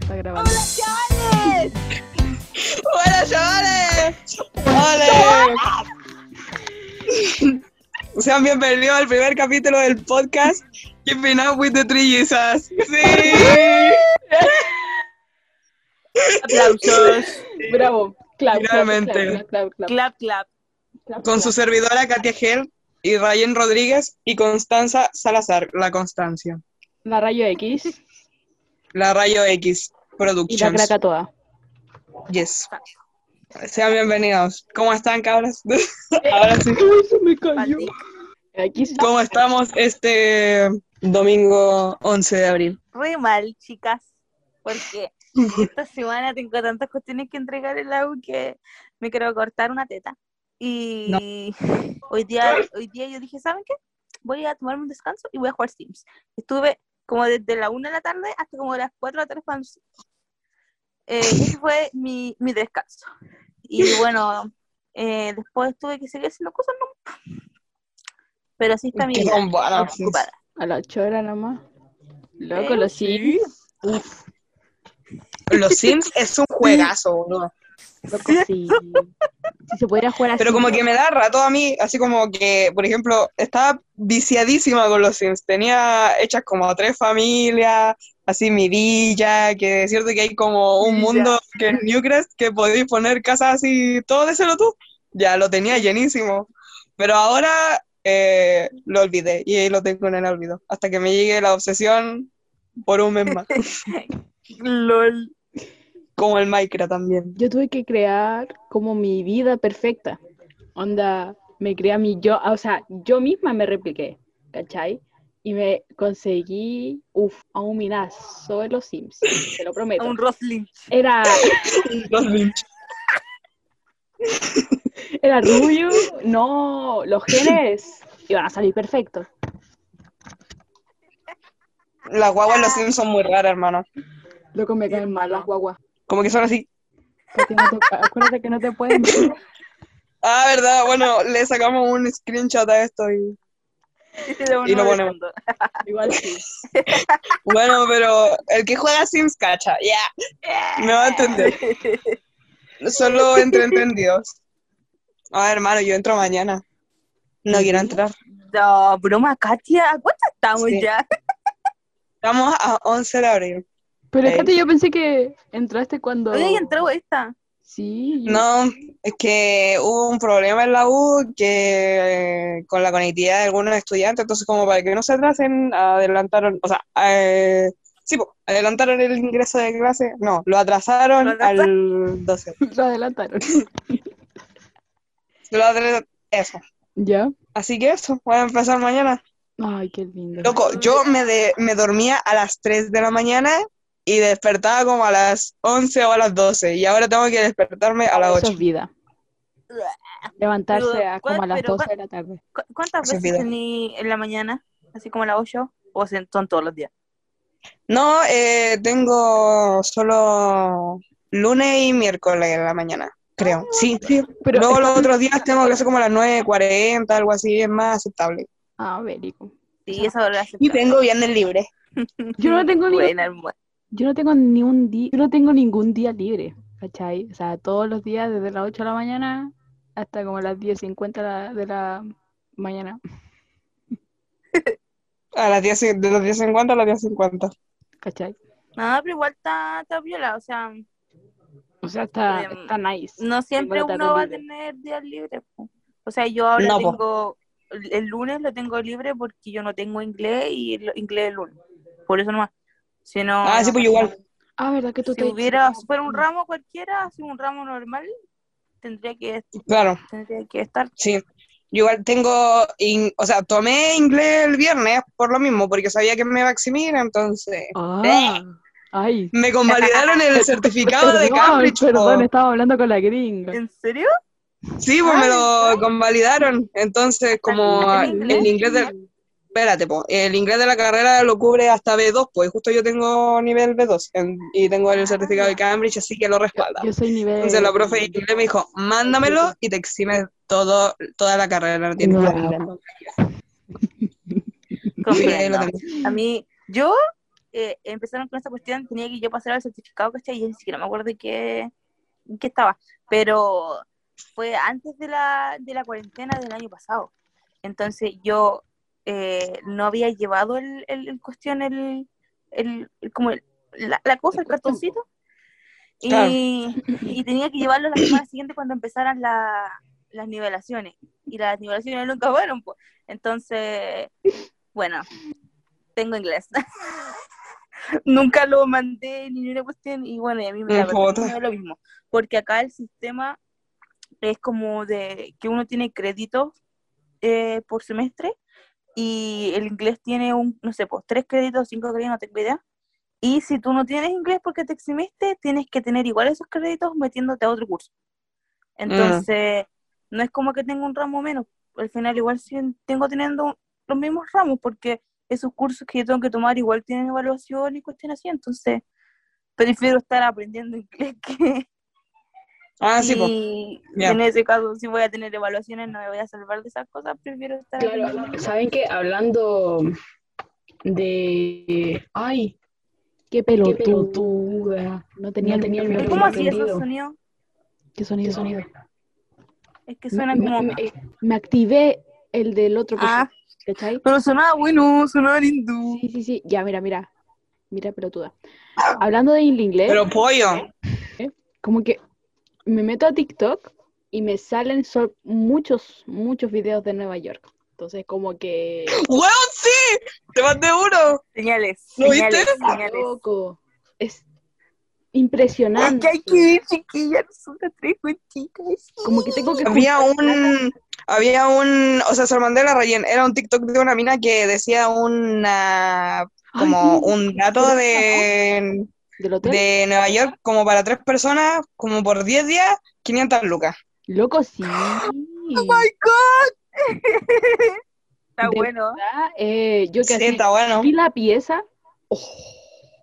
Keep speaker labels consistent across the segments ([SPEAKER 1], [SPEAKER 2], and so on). [SPEAKER 1] está grabando.
[SPEAKER 2] chavales!
[SPEAKER 3] ¡Hola, chavales! ¡Hola! Sean bienvenidos al primer capítulo del podcast Keeping Up With The Three Jesus. ¡Sí!
[SPEAKER 1] Aplausos. Bravo. Clap, clap,
[SPEAKER 3] Finalmente.
[SPEAKER 1] clap, clap, clap,
[SPEAKER 2] Clap, clap.
[SPEAKER 1] clap,
[SPEAKER 3] Con su
[SPEAKER 1] clap.
[SPEAKER 3] servidora Katia Gel y Ryan Rodríguez y Constanza Salazar, la Constancia.
[SPEAKER 1] La rayo X
[SPEAKER 3] La Rayo X
[SPEAKER 1] y la
[SPEAKER 3] Productions.
[SPEAKER 1] craca toda.
[SPEAKER 3] Yes. Sean bienvenidos. ¿Cómo están, cabras? Ahora sí.
[SPEAKER 1] se me
[SPEAKER 2] cayó.
[SPEAKER 1] Aquí sí.
[SPEAKER 3] ¿Cómo estamos este domingo 11 de abril?
[SPEAKER 2] Re mal, chicas. Porque esta semana tengo tantas cuestiones que entregar en la U que me quiero cortar una teta. Y hoy, día, hoy día yo dije, ¿saben qué? Voy a tomarme un descanso y voy a jugar Sims. Estuve como desde la 1 de la tarde hasta como las 4 de la tarde jugando Sims. Eh, ese fue mi, mi descanso. Y bueno, eh, después tuve que seguir haciendo cosas, ¿no? Pero así está mi
[SPEAKER 3] Qué
[SPEAKER 2] vida.
[SPEAKER 3] bombada,
[SPEAKER 2] ocupada.
[SPEAKER 1] A la chora nomás. Loco,
[SPEAKER 2] Eh,
[SPEAKER 1] los Sims.
[SPEAKER 3] Los Sims es un juegazo, boludo.
[SPEAKER 1] Loco, sí. Si se pudiera jugar así.
[SPEAKER 3] Pero como que me da rato a mí, así como que, por ejemplo, estaba viciadísima con los Sims. Tenía hechas como tres familias, así mi villa, que es cierto que hay como un
[SPEAKER 2] Villa.
[SPEAKER 3] mundo que en Newcrest que podéis poner casas así, todo de cero tú. Ya lo tenía llenísimo. Pero ahora eh, lo olvidé y ahí lo tengo en el olvido. Hasta que me llegue la obsesión por un mes más.
[SPEAKER 2] LOL.
[SPEAKER 3] como el Minecraft también.
[SPEAKER 1] Yo tuve que crear como mi vida perfecta. Onda, me creé a mi yo, ah, o sea, yo misma me repliqué, ¿cachai? Y me conseguí, uff, a un minazo de los Sims, te lo prometo.
[SPEAKER 2] Un Roslin.
[SPEAKER 1] Era,
[SPEAKER 3] Los Sims.
[SPEAKER 1] era rubio, no, los genes iban a salir perfectos.
[SPEAKER 3] Las guaguas en los Sims son muy raras, hermano.
[SPEAKER 1] Loco, me caen mal las guaguas.
[SPEAKER 3] Como que son así.
[SPEAKER 1] Katy, no te- acuérdate que no te pueden ver.
[SPEAKER 3] Ah, verdad, bueno, le sacamos un screenshot a esto y... Y lo ponemos.
[SPEAKER 1] Igual sí.
[SPEAKER 3] Bueno, pero el que juega Sims cacha, ya, me va a entender. Solo entre entendidos. Ah, hermano, yo entro mañana. No quiero entrar.
[SPEAKER 2] No, broma, Katia, ¿a cuánto estamos
[SPEAKER 3] Sí.
[SPEAKER 2] ya?
[SPEAKER 3] Estamos a 11 de abril.
[SPEAKER 1] Pero
[SPEAKER 3] Ey.
[SPEAKER 1] Katy, yo pensé que entraste cuando...
[SPEAKER 2] Oye, entró esta.
[SPEAKER 1] Sí. yo-
[SPEAKER 3] No, es que hubo un problema en la U que eh, con la conectividad de algunos estudiantes, entonces como para que no se atrasen, adelantaron, o sea, eh, sí, po, adelantaron el ingreso de clase, no, lo atrasaron
[SPEAKER 2] ¿Lo atrasaron?
[SPEAKER 3] al 12.
[SPEAKER 1] Lo adelantaron.
[SPEAKER 3] Lo atre- eso.
[SPEAKER 1] ¿Ya?
[SPEAKER 3] Así que eso, voy a empezar mañana.
[SPEAKER 1] Ay, qué lindo.
[SPEAKER 3] Loco, yo me, de- me dormía a las 3 de la mañana y despertaba como a las 11 o a las 12 y ahora tengo que despertarme a las
[SPEAKER 1] Eso
[SPEAKER 3] 8.
[SPEAKER 1] es vida. Levantarse a como a las
[SPEAKER 2] Pero,
[SPEAKER 1] 12 de la tarde.
[SPEAKER 2] ¿Cu- ¿Cuántas
[SPEAKER 3] Se
[SPEAKER 2] veces
[SPEAKER 3] olvidó.
[SPEAKER 2] tení en la mañana? Así como a las 8. O se- son todos los días.
[SPEAKER 3] No, eh, tengo solo lunes y miércoles en la mañana, creo. Sí, Ah, sí.
[SPEAKER 1] Pero
[SPEAKER 3] Luego los otros días tengo que hacer como a las 9.40, algo así, es más aceptable.
[SPEAKER 1] Ah, bélico.
[SPEAKER 2] Sí, esa hora
[SPEAKER 3] Y tengo viernes libre.
[SPEAKER 1] Yo no tengo ni-
[SPEAKER 2] Buena, hermosa.
[SPEAKER 1] Yo no tengo ni un día, yo no tengo ningún día libre, ¿cachai? O sea, todos los días desde las 8 de la mañana hasta como las 10.50 la- de la mañana.
[SPEAKER 3] A las 10, de las 10.50 a las 10.50.
[SPEAKER 1] ¿Cachai?
[SPEAKER 2] No, pero igual está, está viola. O sea,
[SPEAKER 1] O sea, está,
[SPEAKER 2] Em,
[SPEAKER 1] está nice.
[SPEAKER 2] no siempre
[SPEAKER 1] Tengo la tarde
[SPEAKER 2] uno va a
[SPEAKER 1] libre.
[SPEAKER 2] tener días libres. po. O sea, yo ahora
[SPEAKER 3] No, po.
[SPEAKER 2] tengo. El lunes lo tengo libre porque yo no tengo inglés y el inglés el lunes. Por eso nomás. Si no,
[SPEAKER 3] Ah, sí,
[SPEAKER 2] no
[SPEAKER 3] pues
[SPEAKER 2] pasa
[SPEAKER 3] igual.
[SPEAKER 2] nada.
[SPEAKER 1] Ah, ¿verdad que tú
[SPEAKER 2] si
[SPEAKER 1] te-
[SPEAKER 2] hubiera si fuera un ramo cualquiera, si un ramo normal, tendría que,
[SPEAKER 3] Claro.
[SPEAKER 2] tendría que estar.
[SPEAKER 3] Sí, yo igual tengo, in- o sea, tomé inglés el viernes por lo mismo, porque sabía que me iba a eximir, entonces
[SPEAKER 1] Ah, ay.
[SPEAKER 3] me convalidaron el certificado de
[SPEAKER 1] Perdón,
[SPEAKER 3] Cambridge. po.
[SPEAKER 1] perdón, estaba hablando con la gringa.
[SPEAKER 2] ¿En serio?
[SPEAKER 3] Sí, pues
[SPEAKER 2] Ah,
[SPEAKER 3] me lo convalidaron, entonces como
[SPEAKER 2] ¿En inglés?
[SPEAKER 3] el inglés del... Espérate, po, el inglés de la carrera lo cubre hasta B2, pues justo yo tengo nivel B2 en- y tengo
[SPEAKER 2] Ah,
[SPEAKER 3] el certificado de Cambridge, así que lo respalda.
[SPEAKER 1] Yo soy nivel...
[SPEAKER 3] Entonces la profe de inglés me dijo, mándamelo y te eximes todo, toda la carrera, no tienes
[SPEAKER 1] Wow.
[SPEAKER 3] problema". Y ahí lo
[SPEAKER 2] Comprendo.
[SPEAKER 3] tengo.
[SPEAKER 2] A mí, yo eh, empezaron con esta cuestión, tenía que yo pasar el certificado, ¿cachai? Y yo ni siquiera me acuerdo de qué, en qué estaba. Pero fue antes de la, de la cuarentena del año pasado. Entonces yo eh, no había llevado el, el, el cuestión, el, el como la, la, cosa, el cartoncito. Y, claro. y, tenía que llevarlo la semana siguiente cuando empezaran la, las nivelaciones. Y las nivelaciones nunca fueron. Pues. Entonces, bueno, tengo inglés. nunca lo mandé ni una cuestión. Y bueno, y a mí me da lo mismo. Porque acá el sistema es como de que uno tiene créditos eh, por semestre y el inglés tiene un, no sé, pues tres créditos, cinco créditos, no tengo idea. Y si tú no tienes inglés porque te eximiste, tienes que tener igual esos créditos metiéndote a otro curso. Entonces, mm. no es como que tengo un ramo menos. Al final, igual si tengo teniendo los mismos ramos, porque esos cursos que yo tengo que tomar igual tienen evaluación y cuestiones así. Entonces, prefiero estar aprendiendo inglés que.
[SPEAKER 3] Ah, sí,
[SPEAKER 2] y yeah. en ese caso, si voy a tener evaluaciones, no me voy a salvar de esas cosas, prefiero estar.
[SPEAKER 1] Claro, ¿saben qué? Hablando de. ¡Ay! ¡Qué pelotuda! No tenía, no tenía el
[SPEAKER 2] micrófono. ¿Cómo así esos sonidos?
[SPEAKER 1] ¿Qué sonido? ¿Qué sonido?
[SPEAKER 2] Es que suena como.
[SPEAKER 1] Me, eh, me activé el del otro.
[SPEAKER 2] Ah, ¿cachai? Pero sonaba bueno, sonaba lindo.
[SPEAKER 1] Sí, sí, sí. Ya, mira, mira. Mira, pelotuda. Hablando de inglés.
[SPEAKER 3] Pero pollo.
[SPEAKER 1] ¿eh? Como que me meto a TikTok y me salen sol muchos, muchos videos de Nueva York. Entonces, como que.
[SPEAKER 3] ¡Wow, sí! ¡Te mandé uno!
[SPEAKER 2] Señales.
[SPEAKER 3] ¿Lo
[SPEAKER 2] señales,
[SPEAKER 3] viste?
[SPEAKER 2] señales.
[SPEAKER 1] Loco. Es impresionante.
[SPEAKER 2] Es que hay que ir, chiquilla, nosotros tres chicas.
[SPEAKER 1] Como que tengo que.
[SPEAKER 3] Había un. Había un. O sea, se lo mandé a la Rayen. Era un TikTok de una mina que decía una. Como
[SPEAKER 1] Ay,
[SPEAKER 3] un dato de.
[SPEAKER 1] ¿Del hotel?
[SPEAKER 3] de Nueva York como para tres personas, como por 10 días, 500 lucas.
[SPEAKER 1] Loco, sí.
[SPEAKER 2] ¡Oh, my God! está
[SPEAKER 1] De
[SPEAKER 2] bueno.
[SPEAKER 1] verdad, eh, yo que
[SPEAKER 3] Sí, está bueno.
[SPEAKER 1] vi la pieza. Oh,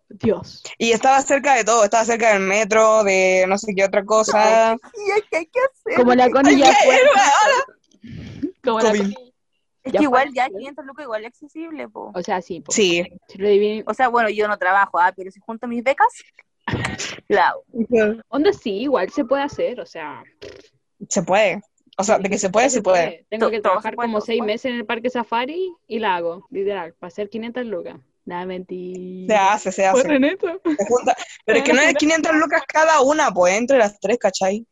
[SPEAKER 1] Dios.
[SPEAKER 3] Y estaba cerca de todo, estaba cerca del metro, de no sé qué otra cosa.
[SPEAKER 2] ¿Y es que hay que hacer?
[SPEAKER 1] Como la Connie ya
[SPEAKER 3] Ay,
[SPEAKER 1] fue.
[SPEAKER 3] ay,
[SPEAKER 1] Como la
[SPEAKER 3] Covid.
[SPEAKER 1] Connie-
[SPEAKER 2] Es
[SPEAKER 1] Ya
[SPEAKER 2] que igual
[SPEAKER 1] fue.
[SPEAKER 2] ya 500 lucas igual es accesible, po.
[SPEAKER 1] O sea, sí. po.
[SPEAKER 3] Sí.
[SPEAKER 1] Si lo dividen-
[SPEAKER 2] O sea, bueno, yo no trabajo, ah, pero si junto mis becas, la
[SPEAKER 1] Onda sí, igual se puede hacer. O sea,
[SPEAKER 3] Se puede. O sea, de que se puede, se puede.
[SPEAKER 1] eh, Tengo
[SPEAKER 2] To-
[SPEAKER 1] que
[SPEAKER 2] todo
[SPEAKER 1] trabajar
[SPEAKER 2] se puede,
[SPEAKER 1] como
[SPEAKER 2] todo se
[SPEAKER 1] seis
[SPEAKER 2] puede.
[SPEAKER 1] meses en el parque safari y la hago, literal, para hacer 500 lucas. Nada, mentira. Pues,
[SPEAKER 3] Se hace, se hace.
[SPEAKER 1] Fue neto.
[SPEAKER 3] Se junta. Pero es que no es 500 lucas cada una, pues entre las tres, ¿cachai?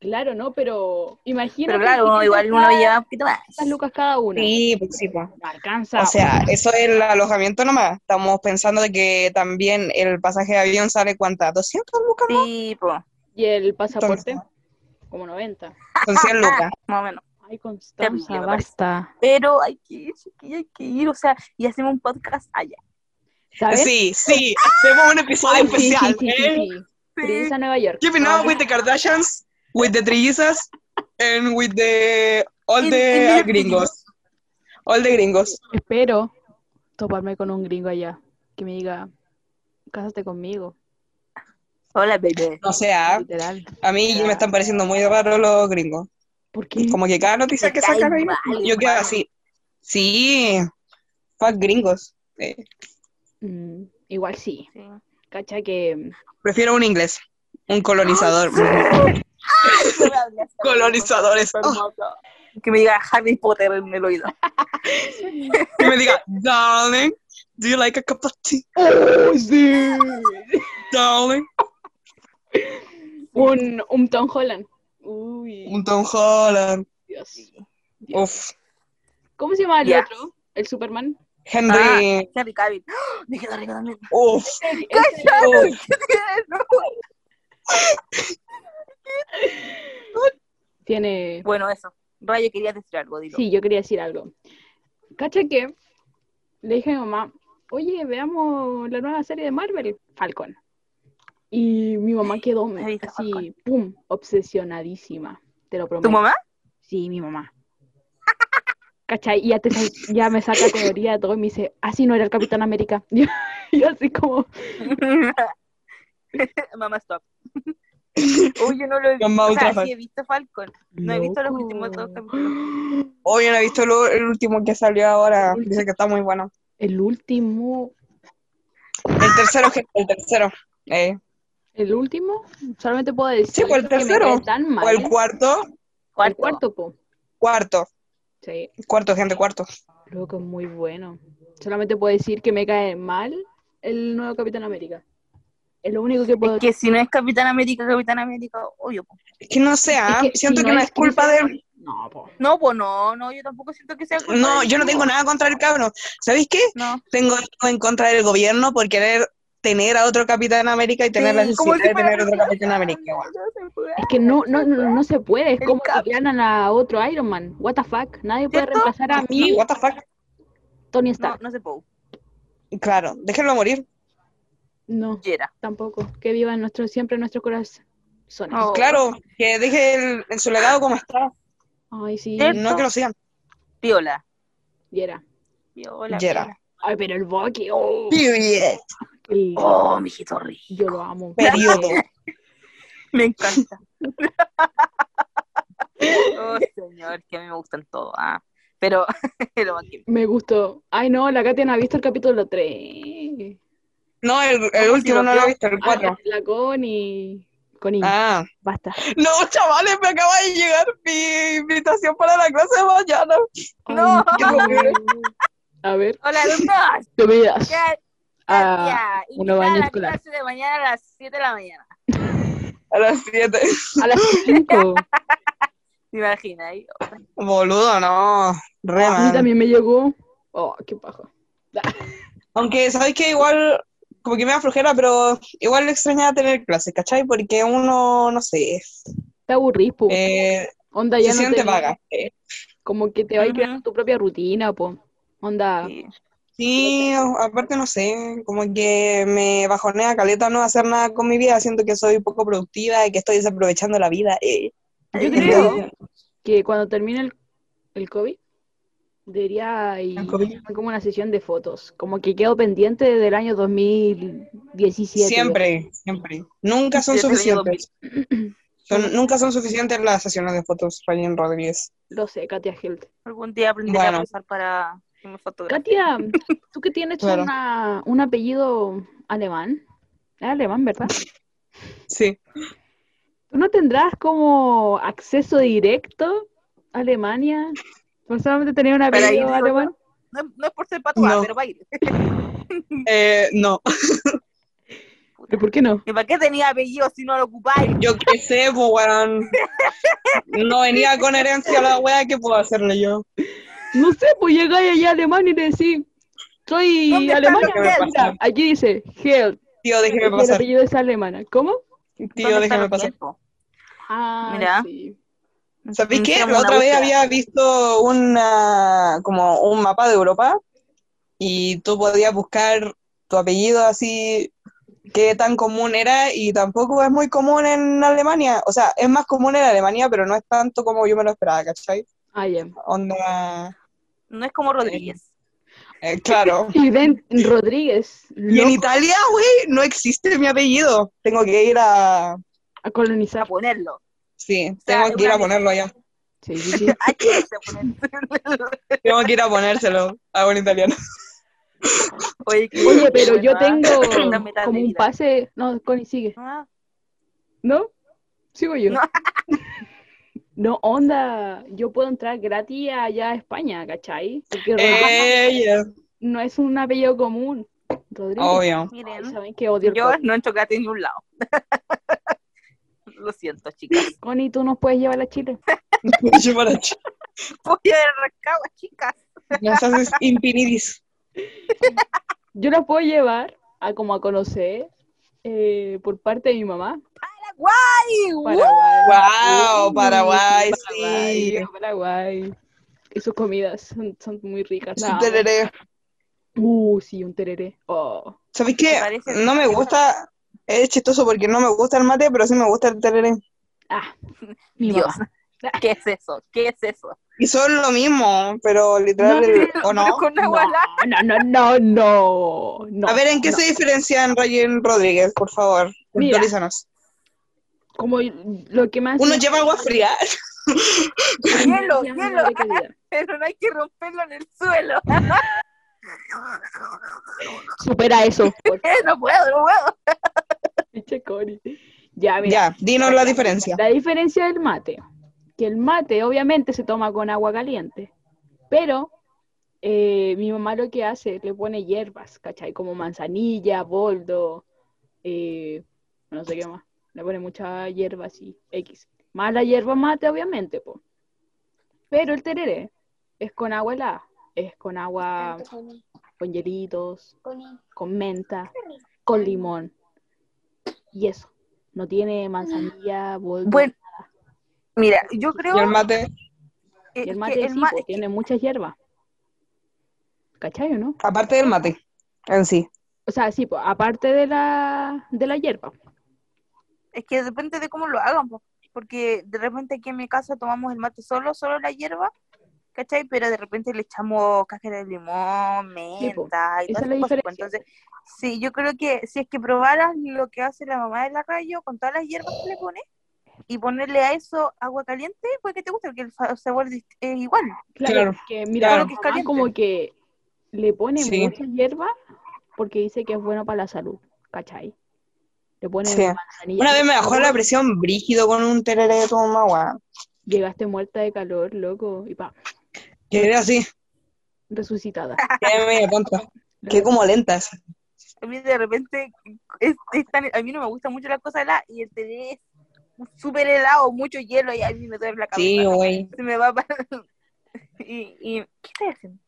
[SPEAKER 1] Claro, no, pero imagínate.
[SPEAKER 2] Pero claro, uno
[SPEAKER 1] 500
[SPEAKER 2] igual uno
[SPEAKER 1] cada-
[SPEAKER 2] lleva un poquito más.
[SPEAKER 1] 500 lucas cada una.
[SPEAKER 3] Sí, pues sí, pues.
[SPEAKER 1] No alcanza.
[SPEAKER 3] O sea, eso es el alojamiento nomás. Estamos pensando de que también el pasaje de avión sale cuánta, 200 lucas más.
[SPEAKER 2] Sí, po,
[SPEAKER 1] Y el pasaporte,
[SPEAKER 3] Entonces,
[SPEAKER 1] como 90.
[SPEAKER 3] son 100 lucas.
[SPEAKER 2] más o menos.
[SPEAKER 1] Ay,
[SPEAKER 2] Terrible,
[SPEAKER 1] Constanza,
[SPEAKER 2] me
[SPEAKER 1] basta.
[SPEAKER 2] Pero hay que ir, chiquilla, hay que ir, o sea, y hacemos un podcast allá.
[SPEAKER 1] ¿Sabes?
[SPEAKER 3] Sí, sí, hacemos un episodio
[SPEAKER 1] Ay, sí,
[SPEAKER 3] especial.
[SPEAKER 1] sí, sí, sí,
[SPEAKER 3] ¿eh?
[SPEAKER 1] sí. Trillizas a Nueva York.
[SPEAKER 3] You know, with the Kardashians, with the trillizas, and with the all
[SPEAKER 2] In-
[SPEAKER 3] the
[SPEAKER 2] in the-
[SPEAKER 3] gringos. All the gringos.
[SPEAKER 1] Espero toparme con un gringo allá que me diga, cásate conmigo,
[SPEAKER 2] Hola, bebé.
[SPEAKER 3] O sea,
[SPEAKER 1] literal.
[SPEAKER 3] a mí me están pareciendo muy raros los gringos.
[SPEAKER 1] Porque
[SPEAKER 3] Como que cada noticia que
[SPEAKER 2] Te caen
[SPEAKER 3] sacan ahí,
[SPEAKER 2] mal,
[SPEAKER 3] yo quedo
[SPEAKER 2] hermano.
[SPEAKER 3] así. Sí, fuck gringos. Eh,
[SPEAKER 1] mm, igual sí,
[SPEAKER 2] Sí.
[SPEAKER 1] cacha que
[SPEAKER 3] prefiero un inglés, un colonizador.
[SPEAKER 1] Ah,
[SPEAKER 3] Colonizadores. Oh,
[SPEAKER 2] Que me diga Harry Potter en el oído.
[SPEAKER 3] que me diga, darling, do you like a cup of tea? Darling.
[SPEAKER 1] un, un Tom Holland. Uy,
[SPEAKER 3] Un Tom Holland.
[SPEAKER 1] Dios.
[SPEAKER 3] Uf.
[SPEAKER 1] ¿Cómo se llama el
[SPEAKER 2] Ya.
[SPEAKER 1] otro? ¿El Superman?
[SPEAKER 3] Henry.
[SPEAKER 2] Harry Cavill. ¡Ah! Me quedo rico también.
[SPEAKER 3] Uf.
[SPEAKER 1] Ese-
[SPEAKER 3] Uf.
[SPEAKER 2] No.
[SPEAKER 1] Tiene
[SPEAKER 2] Bueno, eso. Rayo, querías decir algo, dilo.
[SPEAKER 1] Sí, yo quería decir algo. Cacha que le dije a mi mamá, oye, veamos la nueva serie de Marvel, Falcon. Y mi mamá quedó
[SPEAKER 2] He visto
[SPEAKER 1] así,
[SPEAKER 2] Falcon.
[SPEAKER 1] pum, obsesionadísima, te lo prometo.
[SPEAKER 2] ¿Tu mamá?
[SPEAKER 1] Sí, mi mamá. ¿Cachai? Y ya, te sa- ya me saca teoría de todo y me dice, así no era el Capitán América. Y yo así como,
[SPEAKER 2] Mamá, stop. Uy, yo no lo he visto.
[SPEAKER 3] Mamá,
[SPEAKER 2] O sea,
[SPEAKER 3] otra
[SPEAKER 2] sí he visto Falcon. No he visto los últimos dos capítulos.
[SPEAKER 3] Hoy no he visto lo- el último que salió ahora. Dice que está muy bueno.
[SPEAKER 1] El último,
[SPEAKER 3] El tercero, jefe, el tercero. eh.
[SPEAKER 1] El último, solamente puedo decir
[SPEAKER 3] Sí, pues el
[SPEAKER 1] que me
[SPEAKER 3] tercero.
[SPEAKER 1] cae tan mal.
[SPEAKER 3] O el cuarto,
[SPEAKER 1] El
[SPEAKER 2] Cuarto.
[SPEAKER 1] cuarto, po.
[SPEAKER 3] cuarto,
[SPEAKER 1] Sí,
[SPEAKER 3] cuarto, gente, cuarto.
[SPEAKER 1] creo que es muy bueno. Solamente puedo decir que me cae mal el nuevo Capitán América. Es lo único que puedo
[SPEAKER 2] Es que si no es Capitán América, Capitán América, obvio. po.
[SPEAKER 3] Es que no sé, ah,
[SPEAKER 1] Es que
[SPEAKER 3] siento
[SPEAKER 1] si
[SPEAKER 3] que no es culpa de él.
[SPEAKER 1] No, po.
[SPEAKER 2] No, pues no, no, yo tampoco siento que sea culpa
[SPEAKER 3] No,
[SPEAKER 2] de él,
[SPEAKER 3] yo no
[SPEAKER 2] po.
[SPEAKER 3] tengo nada contra el cabrón. ¿Sabéis qué?
[SPEAKER 2] No.
[SPEAKER 3] Tengo algo en contra del gobierno por querer tener a otro Capitán América y tener la
[SPEAKER 2] Sí, como
[SPEAKER 3] necesidad de
[SPEAKER 2] si fuera
[SPEAKER 3] tener otro
[SPEAKER 2] Capitán
[SPEAKER 3] Capitán América. weón.
[SPEAKER 1] Es que no, no, no, no se puede. Es
[SPEAKER 2] El
[SPEAKER 1] como
[SPEAKER 2] Cap.
[SPEAKER 1] que ganan a otro Iron Man. What the fuck. Nadie puede
[SPEAKER 2] ¿Cierto?
[SPEAKER 1] reemplazar a
[SPEAKER 3] Sí,
[SPEAKER 1] mí,
[SPEAKER 3] what the fuck.
[SPEAKER 1] Tony
[SPEAKER 2] No,
[SPEAKER 1] Stark.
[SPEAKER 2] no se puede.
[SPEAKER 3] Claro, déjenlo morir.
[SPEAKER 1] No,
[SPEAKER 2] Yera.
[SPEAKER 1] tampoco. Que viva en nuestro, siempre en nuestro corazón.
[SPEAKER 2] Oh.
[SPEAKER 3] Claro, que deje el, en su legado como está.
[SPEAKER 1] Ay, sí.
[SPEAKER 2] ¿Cierto?
[SPEAKER 3] No que lo sigan.
[SPEAKER 2] Viola.
[SPEAKER 1] Y era.
[SPEAKER 2] Viola.
[SPEAKER 3] Yera.
[SPEAKER 2] Viola.
[SPEAKER 1] Ay, pero el Bucky. Oh,
[SPEAKER 3] Period.
[SPEAKER 1] qué lindo.
[SPEAKER 2] Oh, mijito rico.
[SPEAKER 1] Yo lo amo.
[SPEAKER 3] Periodo.
[SPEAKER 2] Me encanta. oh, señor, que a mí me gustan todos. Ah. Pero, lo más que-
[SPEAKER 1] Me gustó. Ay, no, la Katia no ha visto el capítulo 3.
[SPEAKER 3] No, el, el
[SPEAKER 2] si
[SPEAKER 3] último
[SPEAKER 2] lo
[SPEAKER 3] no
[SPEAKER 2] vio?
[SPEAKER 3] lo he visto, el cuatro.
[SPEAKER 1] Ah, la Connie. Connie,
[SPEAKER 3] Ah.
[SPEAKER 1] basta.
[SPEAKER 3] No, chavales, me acaba de llegar mi invitación para la clase de mañana.
[SPEAKER 1] Ay,
[SPEAKER 2] No.
[SPEAKER 1] A ver,
[SPEAKER 2] Hola, alumnos.
[SPEAKER 1] te miras.
[SPEAKER 2] Ya,
[SPEAKER 1] Ah,
[SPEAKER 2] ya.
[SPEAKER 1] una
[SPEAKER 2] Invitada
[SPEAKER 1] baña
[SPEAKER 2] a la
[SPEAKER 1] escolar.
[SPEAKER 2] clase de mañana a las 7 de la mañana.
[SPEAKER 3] A las 7.
[SPEAKER 1] a las 5.
[SPEAKER 2] ¿Te imaginas? Ahí, oh,
[SPEAKER 3] Boludo, no. Re
[SPEAKER 1] A mí
[SPEAKER 3] mal.
[SPEAKER 1] también me llegó. Oh, qué paja.
[SPEAKER 3] Aunque, ¿sabéis que Igual, como que me aflojera, pero igual extrañaba tener clases, ¿cachai? Porque uno, no sé,
[SPEAKER 1] Te aburrís, po.
[SPEAKER 3] eh,
[SPEAKER 1] Onda,
[SPEAKER 3] se
[SPEAKER 1] ya no
[SPEAKER 3] siente
[SPEAKER 1] te
[SPEAKER 3] vaga. eh.
[SPEAKER 1] Como que te vas
[SPEAKER 2] Ujú.
[SPEAKER 1] creando tu propia rutina, po.
[SPEAKER 3] Ah.
[SPEAKER 1] Onda,
[SPEAKER 2] sí.
[SPEAKER 3] Sí, aparte, no sé, como que me bajonea caleta no hacer nada con mi vida. Siento que soy poco productiva y que estoy desaprovechando la vida. eh.
[SPEAKER 1] yo creo
[SPEAKER 3] Entonces,
[SPEAKER 1] que cuando termine el, el COVID, debería ir
[SPEAKER 3] El COVID.
[SPEAKER 1] a como una sesión de fotos. Como que quedo pendiente del año 2017.
[SPEAKER 3] Siempre, siempre. Nunca son
[SPEAKER 2] Desde el año
[SPEAKER 3] suficientes.
[SPEAKER 1] 2000.
[SPEAKER 3] Son- nunca son suficientes las sesiones de fotos, Ryan Rodríguez.
[SPEAKER 1] Lo sé, Katia Helt.
[SPEAKER 2] Algún día aprenderé
[SPEAKER 3] Bueno.
[SPEAKER 2] a posar para que me fotografía.
[SPEAKER 1] Katia, tú que tienes
[SPEAKER 3] Claro.
[SPEAKER 1] una- un apellido alemán. Es alemán, ¿verdad?
[SPEAKER 3] Sí.
[SPEAKER 1] ¿Tú no tendrás como acceso directo a Alemania? ¿Por solamente tener un
[SPEAKER 2] Para
[SPEAKER 1] apellido
[SPEAKER 2] ir solo.
[SPEAKER 1] alemán?
[SPEAKER 2] No, no es por ser patuada,
[SPEAKER 3] No.
[SPEAKER 2] pero va a ir.
[SPEAKER 3] Eh, no,
[SPEAKER 1] ¿Y por qué no?
[SPEAKER 2] ¿Y para qué tenía apellido si no lo ocupáis?
[SPEAKER 3] yo qué sé, po, weón. No venía con herencia la wea, ¿qué puedo hacerle yo?
[SPEAKER 1] No sé, pues llegáis allá a Alemania y le decís,
[SPEAKER 2] ¿Dónde
[SPEAKER 1] soy
[SPEAKER 2] está
[SPEAKER 1] alemana.
[SPEAKER 3] lo que me
[SPEAKER 1] mira,
[SPEAKER 3] pasa?
[SPEAKER 1] aquí dice, Helt,
[SPEAKER 3] Tío,
[SPEAKER 1] y
[SPEAKER 3] déjeme
[SPEAKER 1] el
[SPEAKER 3] pasar.
[SPEAKER 1] apellido es alemana. ¿Cómo?
[SPEAKER 3] Tío,
[SPEAKER 2] ¿Dónde está
[SPEAKER 3] déjeme
[SPEAKER 2] el
[SPEAKER 3] pasar.
[SPEAKER 2] tiempo?
[SPEAKER 1] Ah,
[SPEAKER 2] Mira.
[SPEAKER 1] sí.
[SPEAKER 3] ¿Sabéis qué?
[SPEAKER 2] Iniciamos
[SPEAKER 3] La
[SPEAKER 2] una
[SPEAKER 3] otra vez
[SPEAKER 2] búsqueda.
[SPEAKER 3] había visto una, como un mapa de Europa y tú podías buscar tu apellido así, qué tan común era y tampoco es muy común en Alemania. O sea, es más común en Alemania, pero no es tanto como yo me lo esperaba, ¿cachai?
[SPEAKER 1] Ah, ya.
[SPEAKER 3] Onda.
[SPEAKER 2] No es como Rodríguez.
[SPEAKER 3] eh, claro.
[SPEAKER 1] Y ven, Rodríguez,
[SPEAKER 3] Y en
[SPEAKER 1] loco,
[SPEAKER 3] Italia, güey, no existe mi apellido. Tengo que ir a.
[SPEAKER 1] a
[SPEAKER 2] A
[SPEAKER 1] colonizar.
[SPEAKER 2] ponerlo.
[SPEAKER 3] Sí,
[SPEAKER 2] sea,
[SPEAKER 3] tengo que ir a
[SPEAKER 2] una-
[SPEAKER 3] ponerlo allá.
[SPEAKER 1] Sí, sí, sí.
[SPEAKER 2] Hay que irse a ponerlo.
[SPEAKER 3] Tengo que ir a ponérselo a un italiano.
[SPEAKER 2] Oye, qué
[SPEAKER 1] Oye, pero yo
[SPEAKER 2] bueno,
[SPEAKER 1] tengo
[SPEAKER 2] ¿ah? Una meta de
[SPEAKER 1] como un
[SPEAKER 2] vida.
[SPEAKER 1] pase. No, Connie, sigue.
[SPEAKER 2] Ah,
[SPEAKER 1] ¿No? Sigo yo. No.
[SPEAKER 2] No.
[SPEAKER 1] onda, yo puedo entrar gratis allá a España, ¿cachai? Porque Rodríguez
[SPEAKER 3] Eh, yeah,
[SPEAKER 1] no es un apellido común. Rodríguez.
[SPEAKER 3] Obvio.
[SPEAKER 1] Ay,
[SPEAKER 2] Miren,
[SPEAKER 1] ¿Saben que odio el
[SPEAKER 2] yo
[SPEAKER 1] Connie?
[SPEAKER 2] no entro gratis en ningún lado. Lo siento, chicas.
[SPEAKER 1] Connie, tú nos puedes llevar a Chile.
[SPEAKER 3] Chimaracho.
[SPEAKER 2] Voy a rascado, chicas.
[SPEAKER 3] Nos haces impinidis.
[SPEAKER 1] Yo la puedo llevar a como a conocer eh, por parte de mi mamá.
[SPEAKER 2] ¡Ay, uh, guau!
[SPEAKER 1] Paraguay. Uh,
[SPEAKER 3] Wow, Paraguay,
[SPEAKER 1] Paraguay,
[SPEAKER 3] sí.
[SPEAKER 1] Paraguay. Y sus comidas son, son muy ricas. la
[SPEAKER 3] Su
[SPEAKER 1] amo.
[SPEAKER 3] tereré.
[SPEAKER 1] Uh, sí, un tereré. Oh.
[SPEAKER 3] ¿Sabéis
[SPEAKER 2] Me
[SPEAKER 3] qué?
[SPEAKER 2] parece-
[SPEAKER 3] No me gusta. Es chistoso porque no me gusta el mate, pero sí me gusta el tereré.
[SPEAKER 1] Ah, mi
[SPEAKER 2] Dios.
[SPEAKER 1] mamá.
[SPEAKER 2] ¿Qué es eso? ¿Qué es eso?
[SPEAKER 3] Y son lo mismo, pero literal. el- ¿O no?
[SPEAKER 2] pero con agua helada.
[SPEAKER 1] No, no, no, no, no.
[SPEAKER 3] a ver, ¿en qué
[SPEAKER 1] no.
[SPEAKER 3] se diferencian Ryan Rodríguez, por favor?
[SPEAKER 1] Mira.
[SPEAKER 3] Actualízanos.
[SPEAKER 1] Como lo que más.
[SPEAKER 3] Uno lleva agua fría.
[SPEAKER 1] Ay,
[SPEAKER 2] Hielo,
[SPEAKER 1] ya,
[SPEAKER 2] hielo.
[SPEAKER 1] qué calidad.
[SPEAKER 2] pero no hay que romperlo en el suelo.
[SPEAKER 1] Supera eso. por
[SPEAKER 2] Eh, no puedo, no puedo.
[SPEAKER 1] pinche Cori. Ya, mira.
[SPEAKER 3] Ya, dinos la diferencia.
[SPEAKER 1] La diferencia del mate, que el mate obviamente se toma con agua caliente, pero eh, mi mamá lo que hace, le pone hierbas, ¿cachai? Como manzanilla, boldo, eh, no sé qué más. Le pone muchas hierbas y X. Más la hierba mate, obviamente, po. Pero el tereré es con agua helada, es con agua con hielitos, con menta, con limón. Y eso. No tiene manzanilla, boldo.
[SPEAKER 2] Bueno, mira, yo creo
[SPEAKER 3] Y el mate,
[SPEAKER 2] que-
[SPEAKER 1] Y el
[SPEAKER 2] que
[SPEAKER 1] mate
[SPEAKER 2] el
[SPEAKER 1] sí,
[SPEAKER 2] ma-
[SPEAKER 1] po, tiene muchas hierbas. ¿Cachai o no?
[SPEAKER 3] aparte del mate en sí.
[SPEAKER 1] O sea, sí, po, aparte de la, de la hierba.
[SPEAKER 2] Es que depende de cómo lo hagan, po. porque de repente aquí en mi casa tomamos el mate solo, solo la hierba, ¿cachai? Pero de repente le echamos cáscara de limón,
[SPEAKER 1] Sí, po.
[SPEAKER 2] menta y
[SPEAKER 1] Esa
[SPEAKER 2] todas
[SPEAKER 1] es la
[SPEAKER 2] esas cosas. po.
[SPEAKER 1] diferencia.
[SPEAKER 2] Entonces, sí, yo creo que si es que probaras lo que hace la mamá de la rayo con todas las hierbas que le pone y ponerle a eso agua caliente, pues que te gusta, porque el fa- sabor dist- es igual.
[SPEAKER 1] Claro,
[SPEAKER 3] Claro,
[SPEAKER 1] que mira,
[SPEAKER 3] claro.
[SPEAKER 1] mi mamá como que le pone
[SPEAKER 3] Sí.
[SPEAKER 1] mucha hierba porque dice que es bueno para la salud, ¿cachai? Le pone
[SPEAKER 3] Sí.
[SPEAKER 1] manzanilla.
[SPEAKER 3] Una vez me bajó la presión brígido con un tereré de toma agua.
[SPEAKER 1] Llegaste muerta de calor, loco, y pa,
[SPEAKER 3] Que era así,
[SPEAKER 1] resucitada.
[SPEAKER 3] quedé media tonta. Quedé como lenta así.
[SPEAKER 2] A mí de repente, es, es tan- a mí no me gusta mucho la cosa helada y el té es súper helado, mucho hielo y a mí me duele la cabeza.
[SPEAKER 3] Sí, güey.
[SPEAKER 2] se me va para... y, y- ¿qué te hacen?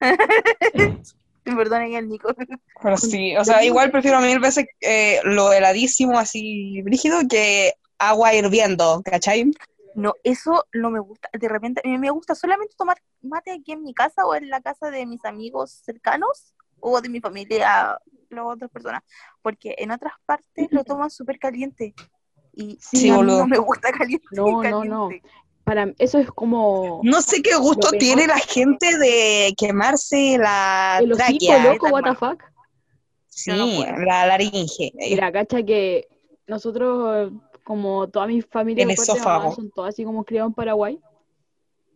[SPEAKER 2] Perdonen el Nico.
[SPEAKER 3] Pero sí, o sea, igual prefiero mil veces eh, lo heladísimo así brígido que agua hirviendo, ¿cachai?
[SPEAKER 2] No, eso no me gusta. De repente, a mí me gusta solamente tomar mate aquí en mi casa o en la casa de mis amigos cercanos o de mi familia, las otras personas. Porque en otras partes lo toman súper caliente. Y
[SPEAKER 3] Sí,
[SPEAKER 2] a mí
[SPEAKER 3] boludo.
[SPEAKER 2] no me gusta caliente.
[SPEAKER 1] No, no,
[SPEAKER 2] caliente.
[SPEAKER 1] no. Para, eso es como
[SPEAKER 3] No sé qué gusto
[SPEAKER 1] Lo peor.
[SPEAKER 3] tiene la gente de quemarse la
[SPEAKER 1] el hocico,
[SPEAKER 3] tráquea.
[SPEAKER 1] loco, what the fuck.
[SPEAKER 3] Sí,
[SPEAKER 2] Yo no puedo.
[SPEAKER 3] la laringe.
[SPEAKER 1] Mira, cacha que nosotros, como toda mi familia,
[SPEAKER 3] El
[SPEAKER 1] por parte de mamá,
[SPEAKER 3] esófago.
[SPEAKER 1] son todos así como criados en Paraguay,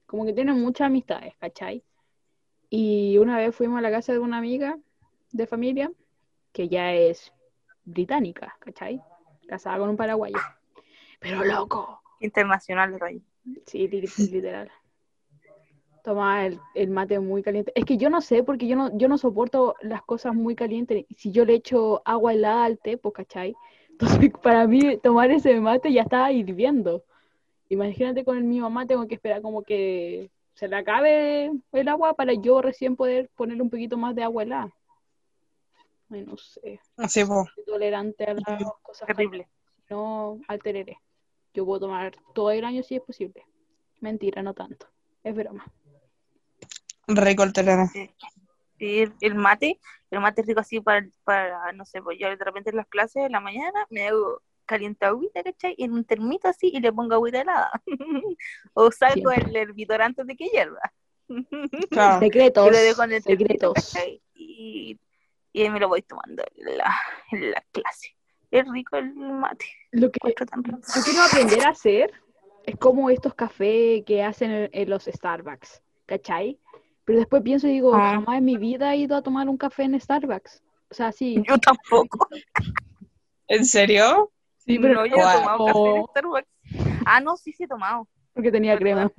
[SPEAKER 1] como que tienen muchas amistades, ¿cachai? Y una vez fuimos a la casa de una amiga de familia, que ya es británica, ¿cachai? Casada con un paraguayo. Pero loco,
[SPEAKER 2] Internacional, Ray.
[SPEAKER 1] sí, li- literal. Tomaba el, el mate muy caliente. Es que yo no sé, porque yo no, yo no soporto las cosas muy calientes. Si yo le echo agua helada al té, pues, ¿cachai? Entonces, para mí, tomar ese mate ya estaba hirviendo. Imagínate con el mismo mate, tengo que esperar como que se le acabe el agua para yo recién poder ponerle un poquito más de agua helada. Ay, no sé.
[SPEAKER 3] Sí, po.
[SPEAKER 1] Soy tolerante a las cosas
[SPEAKER 2] Terrible.
[SPEAKER 1] no al tereré. Yo puedo tomar todo el año si es posible. Mentira, no tanto. Es broma.
[SPEAKER 3] rico el tereré.
[SPEAKER 2] Sí, el- el mate, el mate es rico así para, para, no sé, pues yo de repente en las clases de la mañana me hago caliente agüita, ¿cachai? En un termito así y le pongo agüita helada. o saco el hervidor antes de que hierva.
[SPEAKER 3] Claro.
[SPEAKER 1] Secretos.
[SPEAKER 2] Y lo dejo en el termito,
[SPEAKER 1] secretos.
[SPEAKER 2] ¿cachai? Y, y ahí me lo voy tomando en la, en la clase. Es rico el mate,
[SPEAKER 1] Lo que
[SPEAKER 2] encuentro tan rico.
[SPEAKER 1] yo quiero aprender a hacer es como estos cafés que hacen en, en los Starbucks, ¿cachai? Pero después pienso y digo,
[SPEAKER 2] Ah.
[SPEAKER 1] jamás en mi vida he ido a tomar un café en Starbucks. O sea, sí,
[SPEAKER 2] Yo tampoco.
[SPEAKER 3] ¿En serio?
[SPEAKER 1] sí pero Oh.
[SPEAKER 2] no, yo he
[SPEAKER 3] Guau.
[SPEAKER 2] tomado café en Starbucks. Ah, no, sí, sí he tomado.
[SPEAKER 1] porque tenía crema.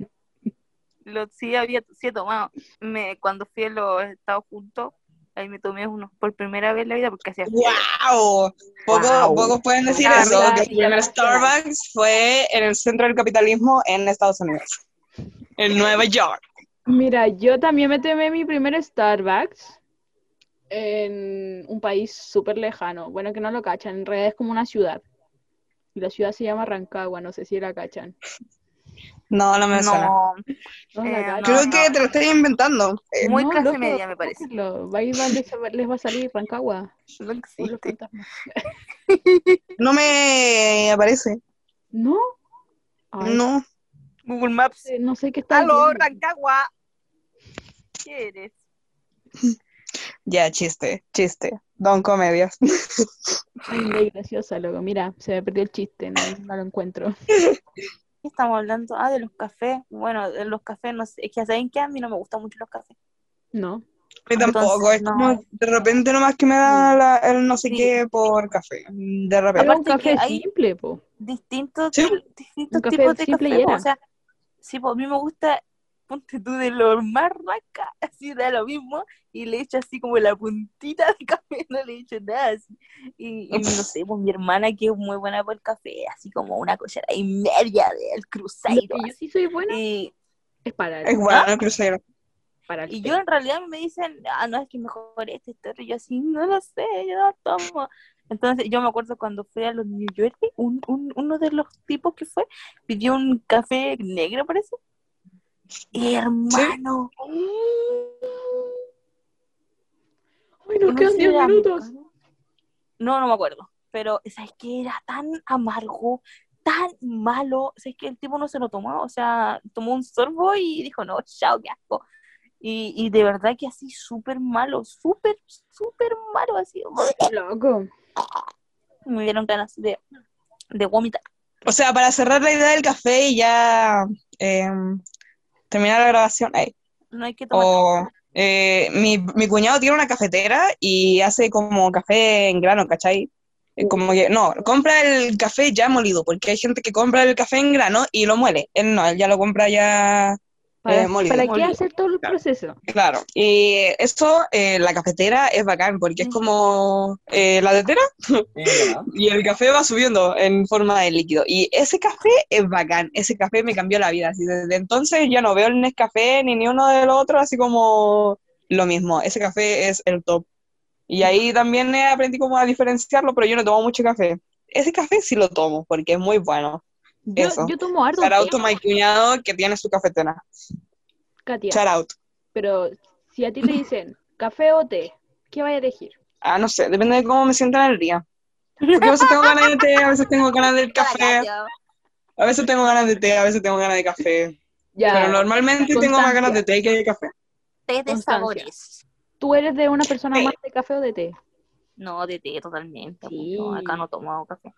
[SPEAKER 2] Lo, sí, había, sí he tomado. Me, cuando fui a los Estados Juntos, ahí me tomé unos por primera vez en la vida porque hacía frío.
[SPEAKER 3] ¡Wow! Poco,
[SPEAKER 1] Guau.
[SPEAKER 3] pocos pueden decir
[SPEAKER 2] Ah,
[SPEAKER 3] eso,
[SPEAKER 1] mira,
[SPEAKER 3] que
[SPEAKER 1] sí,
[SPEAKER 3] el primer
[SPEAKER 1] gracias.
[SPEAKER 3] Starbucks fue en el centro del capitalismo en Estados Unidos, en Nueva York.
[SPEAKER 1] Mira, yo también me tomé mi primer Starbucks en un país súper lejano. Bueno, que no lo cachan, en realidad es como una ciudad. Y la ciudad se llama Rancagua, no sé si la cachan.
[SPEAKER 3] No, no me suena.
[SPEAKER 2] No,
[SPEAKER 1] No la
[SPEAKER 2] Eh,
[SPEAKER 1] cachan.
[SPEAKER 3] Creo
[SPEAKER 2] no,
[SPEAKER 3] que
[SPEAKER 2] no.
[SPEAKER 3] te lo estoy inventando. Eh,
[SPEAKER 2] muy
[SPEAKER 1] No,
[SPEAKER 2] clase
[SPEAKER 1] loco,
[SPEAKER 2] media, me parece.
[SPEAKER 1] búsquenlo. Va a ir donde se- les va a salir Rancagua.
[SPEAKER 2] No
[SPEAKER 1] por los
[SPEAKER 2] existe.
[SPEAKER 1] fantasmas.
[SPEAKER 3] No me aparece.
[SPEAKER 1] ¿No? Ay,
[SPEAKER 3] No.
[SPEAKER 2] Google Maps.
[SPEAKER 1] sé- no sé qué está
[SPEAKER 2] ¡Aló,
[SPEAKER 1] viendo.
[SPEAKER 2] Rancagua! ¿Qué eres?
[SPEAKER 3] Ya, chiste, chiste. Don Comedias.
[SPEAKER 1] Ay, muy graciosa, loco. Mira, se me perdió el chiste, no, no lo encuentro.
[SPEAKER 2] ¿Qué estamos hablando? Ah, de los cafés. Bueno, de los cafés, no sé. Es que ya saben que a mí no me gustan mucho los cafés.
[SPEAKER 1] No.
[SPEAKER 3] A mí tampoco,
[SPEAKER 2] Entonces,
[SPEAKER 3] es como
[SPEAKER 2] no.
[SPEAKER 3] de repente nomás que me da la- el no sé qué por café. De repente.
[SPEAKER 1] Pero un
[SPEAKER 2] Aparte que
[SPEAKER 1] café
[SPEAKER 2] hay-
[SPEAKER 1] simple, po.
[SPEAKER 2] distintos,
[SPEAKER 3] Sí.
[SPEAKER 2] distintos
[SPEAKER 1] Un café
[SPEAKER 2] tipos de
[SPEAKER 1] simple
[SPEAKER 2] café.
[SPEAKER 1] y
[SPEAKER 2] po,
[SPEAKER 1] era.
[SPEAKER 2] O sea, sí, pues a mí me gusta, ponte tú de lo más raca, así da lo mismo, y le echo así como la puntita de café, no le echo nada así. Y, y no sé, pues mi hermana que es muy buena por el café, así como una cuchara y media
[SPEAKER 1] Lo
[SPEAKER 2] del crucero.
[SPEAKER 1] que yo sí soy buena
[SPEAKER 2] Y,
[SPEAKER 1] es para el,
[SPEAKER 3] Es bueno,
[SPEAKER 2] ¿ah?
[SPEAKER 3] el crucero.
[SPEAKER 1] para el
[SPEAKER 2] y
[SPEAKER 1] té.
[SPEAKER 2] yo en realidad me dicen, ah, no, es que mejor este, este, otro", y yo así, no lo sé, yo no tomo. Entonces yo me acuerdo cuando fui a los New York, un, un- uno de los tipos que fue pidió un café negro, parece. Y hermano,
[SPEAKER 1] Ay, nos
[SPEAKER 2] no
[SPEAKER 1] quedan
[SPEAKER 2] sé,
[SPEAKER 1] 10
[SPEAKER 2] era
[SPEAKER 1] minutos.
[SPEAKER 2] americano. No, no me acuerdo. Pero, ¿sabes qué? Era tan amargo, tan malo. ¿Sabes qué? El tipo no se lo tomó. O sea, tomó un sorbo y dijo, no, chao, qué asco. Y, y de verdad que así súper malo, súper, súper malo. Así,
[SPEAKER 1] Loco.
[SPEAKER 2] me dieron ganas de, de vomitar.
[SPEAKER 3] O sea, para cerrar la idea del café y ya eh, terminar la grabación. ay.
[SPEAKER 2] No hay que tomar.
[SPEAKER 3] O eh, mi, mi cuñado tiene una cafetera y hace como café en grano, ¿cachai? Eh, Como que, no, compra el café ya molido, porque hay gente que compra el café en grano y lo muele. Él no, él ya lo compra ya
[SPEAKER 1] ¿Para,
[SPEAKER 3] eh, molido.
[SPEAKER 1] ¿para qué
[SPEAKER 2] molido.
[SPEAKER 1] hacer todo el
[SPEAKER 3] Claro.
[SPEAKER 1] proceso?
[SPEAKER 3] Claro, y eso, eh, la cafetera es bacán, porque
[SPEAKER 1] Mm.
[SPEAKER 3] es como eh, la tetera y el café va subiendo en forma de líquido. Y ese café es bacán, ese café me cambió la vida. Así, desde entonces ya no veo el Nescafé ni ni uno del otro, así como lo mismo. Ese café es el top. Y ahí también eh, aprendí como a diferenciarlo, pero yo no tomo mucho café. Ese café sí lo tomo, porque es muy bueno.
[SPEAKER 1] Yo,
[SPEAKER 3] Eso.
[SPEAKER 1] yo tomo harto
[SPEAKER 3] Shout
[SPEAKER 1] té,
[SPEAKER 3] out to my cuñado que tiene su cafetera.
[SPEAKER 1] Katia.
[SPEAKER 3] Shout out.
[SPEAKER 1] Pero si a ti te dicen café o té, ¿qué vas a elegir?
[SPEAKER 3] Ah, no sé, depende de cómo me sienta en el día. Porque a veces tengo ganas de té, a veces tengo ganas del café, a veces tengo ganas de té, a veces tengo ganas de café.
[SPEAKER 1] Ya,
[SPEAKER 3] Pero normalmente tengo
[SPEAKER 1] Constancia.
[SPEAKER 3] más ganas de té que de café.
[SPEAKER 2] Té de
[SPEAKER 1] Constancia.
[SPEAKER 2] sabores.
[SPEAKER 1] ¿tú eres de una persona
[SPEAKER 3] Sí.
[SPEAKER 1] más de café o de té?
[SPEAKER 2] No, de té totalmente. pues,
[SPEAKER 1] Sí.
[SPEAKER 2] No, acá no tomo café.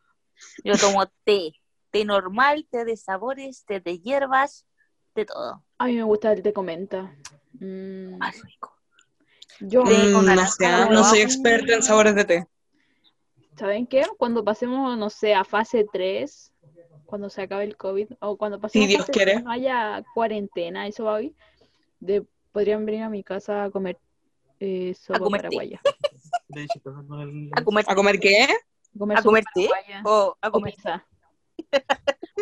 [SPEAKER 2] Yo tomo té. Té normal, té de sabores, té de hierbas, de todo.
[SPEAKER 1] A mí me gusta el té comenta. Mm,
[SPEAKER 2] Más rico.
[SPEAKER 1] yo,
[SPEAKER 2] Té con
[SPEAKER 3] Ah, Mm, no
[SPEAKER 2] naranja,
[SPEAKER 3] sé, ah,
[SPEAKER 2] con
[SPEAKER 3] no soy
[SPEAKER 2] guau.
[SPEAKER 3] experta en sabores de té.
[SPEAKER 1] ¿saben qué? Cuando pasemos, no sé, a fase 3, cuando se acabe el COVID, o cuando pasemos
[SPEAKER 3] Si Dios
[SPEAKER 1] a fase
[SPEAKER 3] quiere.
[SPEAKER 1] tres, no haya cuarentena, eso va hoy, de, podrían venir a mi casa a comer eh, sopa
[SPEAKER 2] comer té.
[SPEAKER 1] paraguaya.
[SPEAKER 2] A comer, Oh,
[SPEAKER 3] ¿A comer qué?
[SPEAKER 1] A comer,
[SPEAKER 2] a
[SPEAKER 1] sopa
[SPEAKER 2] comer té
[SPEAKER 1] paraguaya
[SPEAKER 2] o a
[SPEAKER 1] o
[SPEAKER 2] comer.
[SPEAKER 1] pizza.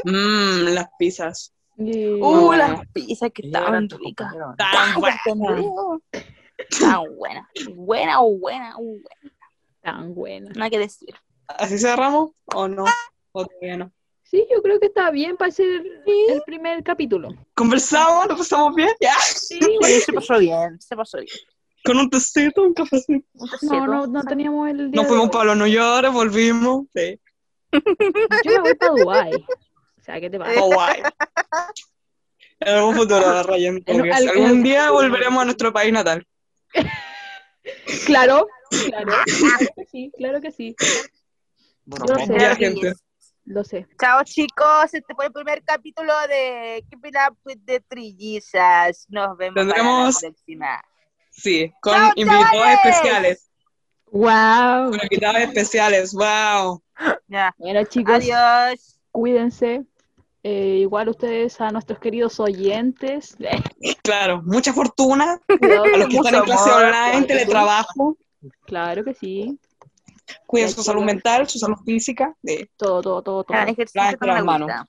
[SPEAKER 3] Mmm, las pizzas.
[SPEAKER 1] Y-
[SPEAKER 2] Uh,
[SPEAKER 3] Ah.
[SPEAKER 2] las pizzas que estaban ricas.
[SPEAKER 3] Tan buenas.
[SPEAKER 2] Tan buena, buena, buena, buena.
[SPEAKER 1] tan buena.
[SPEAKER 2] Nada que decir.
[SPEAKER 3] ¿Así cerramos o no? ¿O todavía no?
[SPEAKER 1] Sí, yo creo que está bien para ser el primer capítulo.
[SPEAKER 3] ¿Conversamos? ¿Lo pasamos bien? Ya.
[SPEAKER 2] Sí, bueno, se pasó bien, se pasó bien.
[SPEAKER 3] Con un tecito, un cafecito.
[SPEAKER 1] No,
[SPEAKER 2] Un tercero.
[SPEAKER 1] no, no teníamos el día
[SPEAKER 3] Nos
[SPEAKER 1] de
[SPEAKER 3] fuimos
[SPEAKER 1] hoy.
[SPEAKER 3] para los New York, volvimos. Sí.
[SPEAKER 1] Yo me voy para Dubái. O sea, ¿qué te pasa?
[SPEAKER 3] Oh, guay. En algún futuro, Ryan. como que
[SPEAKER 1] al-
[SPEAKER 3] Algún día volveremos a nuestro país natal.
[SPEAKER 1] Claro, claro, claro que sí, claro que sí. Yo sé,
[SPEAKER 3] Ya,
[SPEAKER 2] Claro que
[SPEAKER 3] gente.
[SPEAKER 2] yes.
[SPEAKER 1] lo sé.
[SPEAKER 2] Chao chicos, este fue el primer capítulo de Keeping Up with the Trillizas. Nos vemos
[SPEAKER 3] Tendremos-
[SPEAKER 2] para la próxima.
[SPEAKER 3] Sí, con
[SPEAKER 2] ¡Chao,
[SPEAKER 3] invitados
[SPEAKER 2] chavales!
[SPEAKER 3] especiales.
[SPEAKER 1] Wow.
[SPEAKER 3] Con invitados especiales, wow.
[SPEAKER 2] Ya.
[SPEAKER 1] Bueno, chicos,
[SPEAKER 2] Adiós.
[SPEAKER 1] cuídense. Eh, igual ustedes a nuestros queridos oyentes.
[SPEAKER 3] Claro, mucha fortuna.
[SPEAKER 1] Cuidado,
[SPEAKER 3] A los que están en clase
[SPEAKER 2] amor,
[SPEAKER 3] online,
[SPEAKER 1] cuidado.
[SPEAKER 3] teletrabajo,
[SPEAKER 1] Claro que sí.
[SPEAKER 3] cuiden su salud mental, su salud física. de-
[SPEAKER 1] Todo, todo, todo, todo.
[SPEAKER 2] Hagan ejercicio
[SPEAKER 3] Lávate
[SPEAKER 2] con la
[SPEAKER 3] las manos.
[SPEAKER 2] gusta.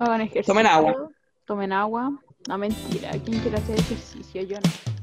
[SPEAKER 1] Hagan ejercicio.
[SPEAKER 3] Tomen agua.
[SPEAKER 1] Tomen agua. No mentira. ¿Quién quiere hacer ejercicio? Yo no.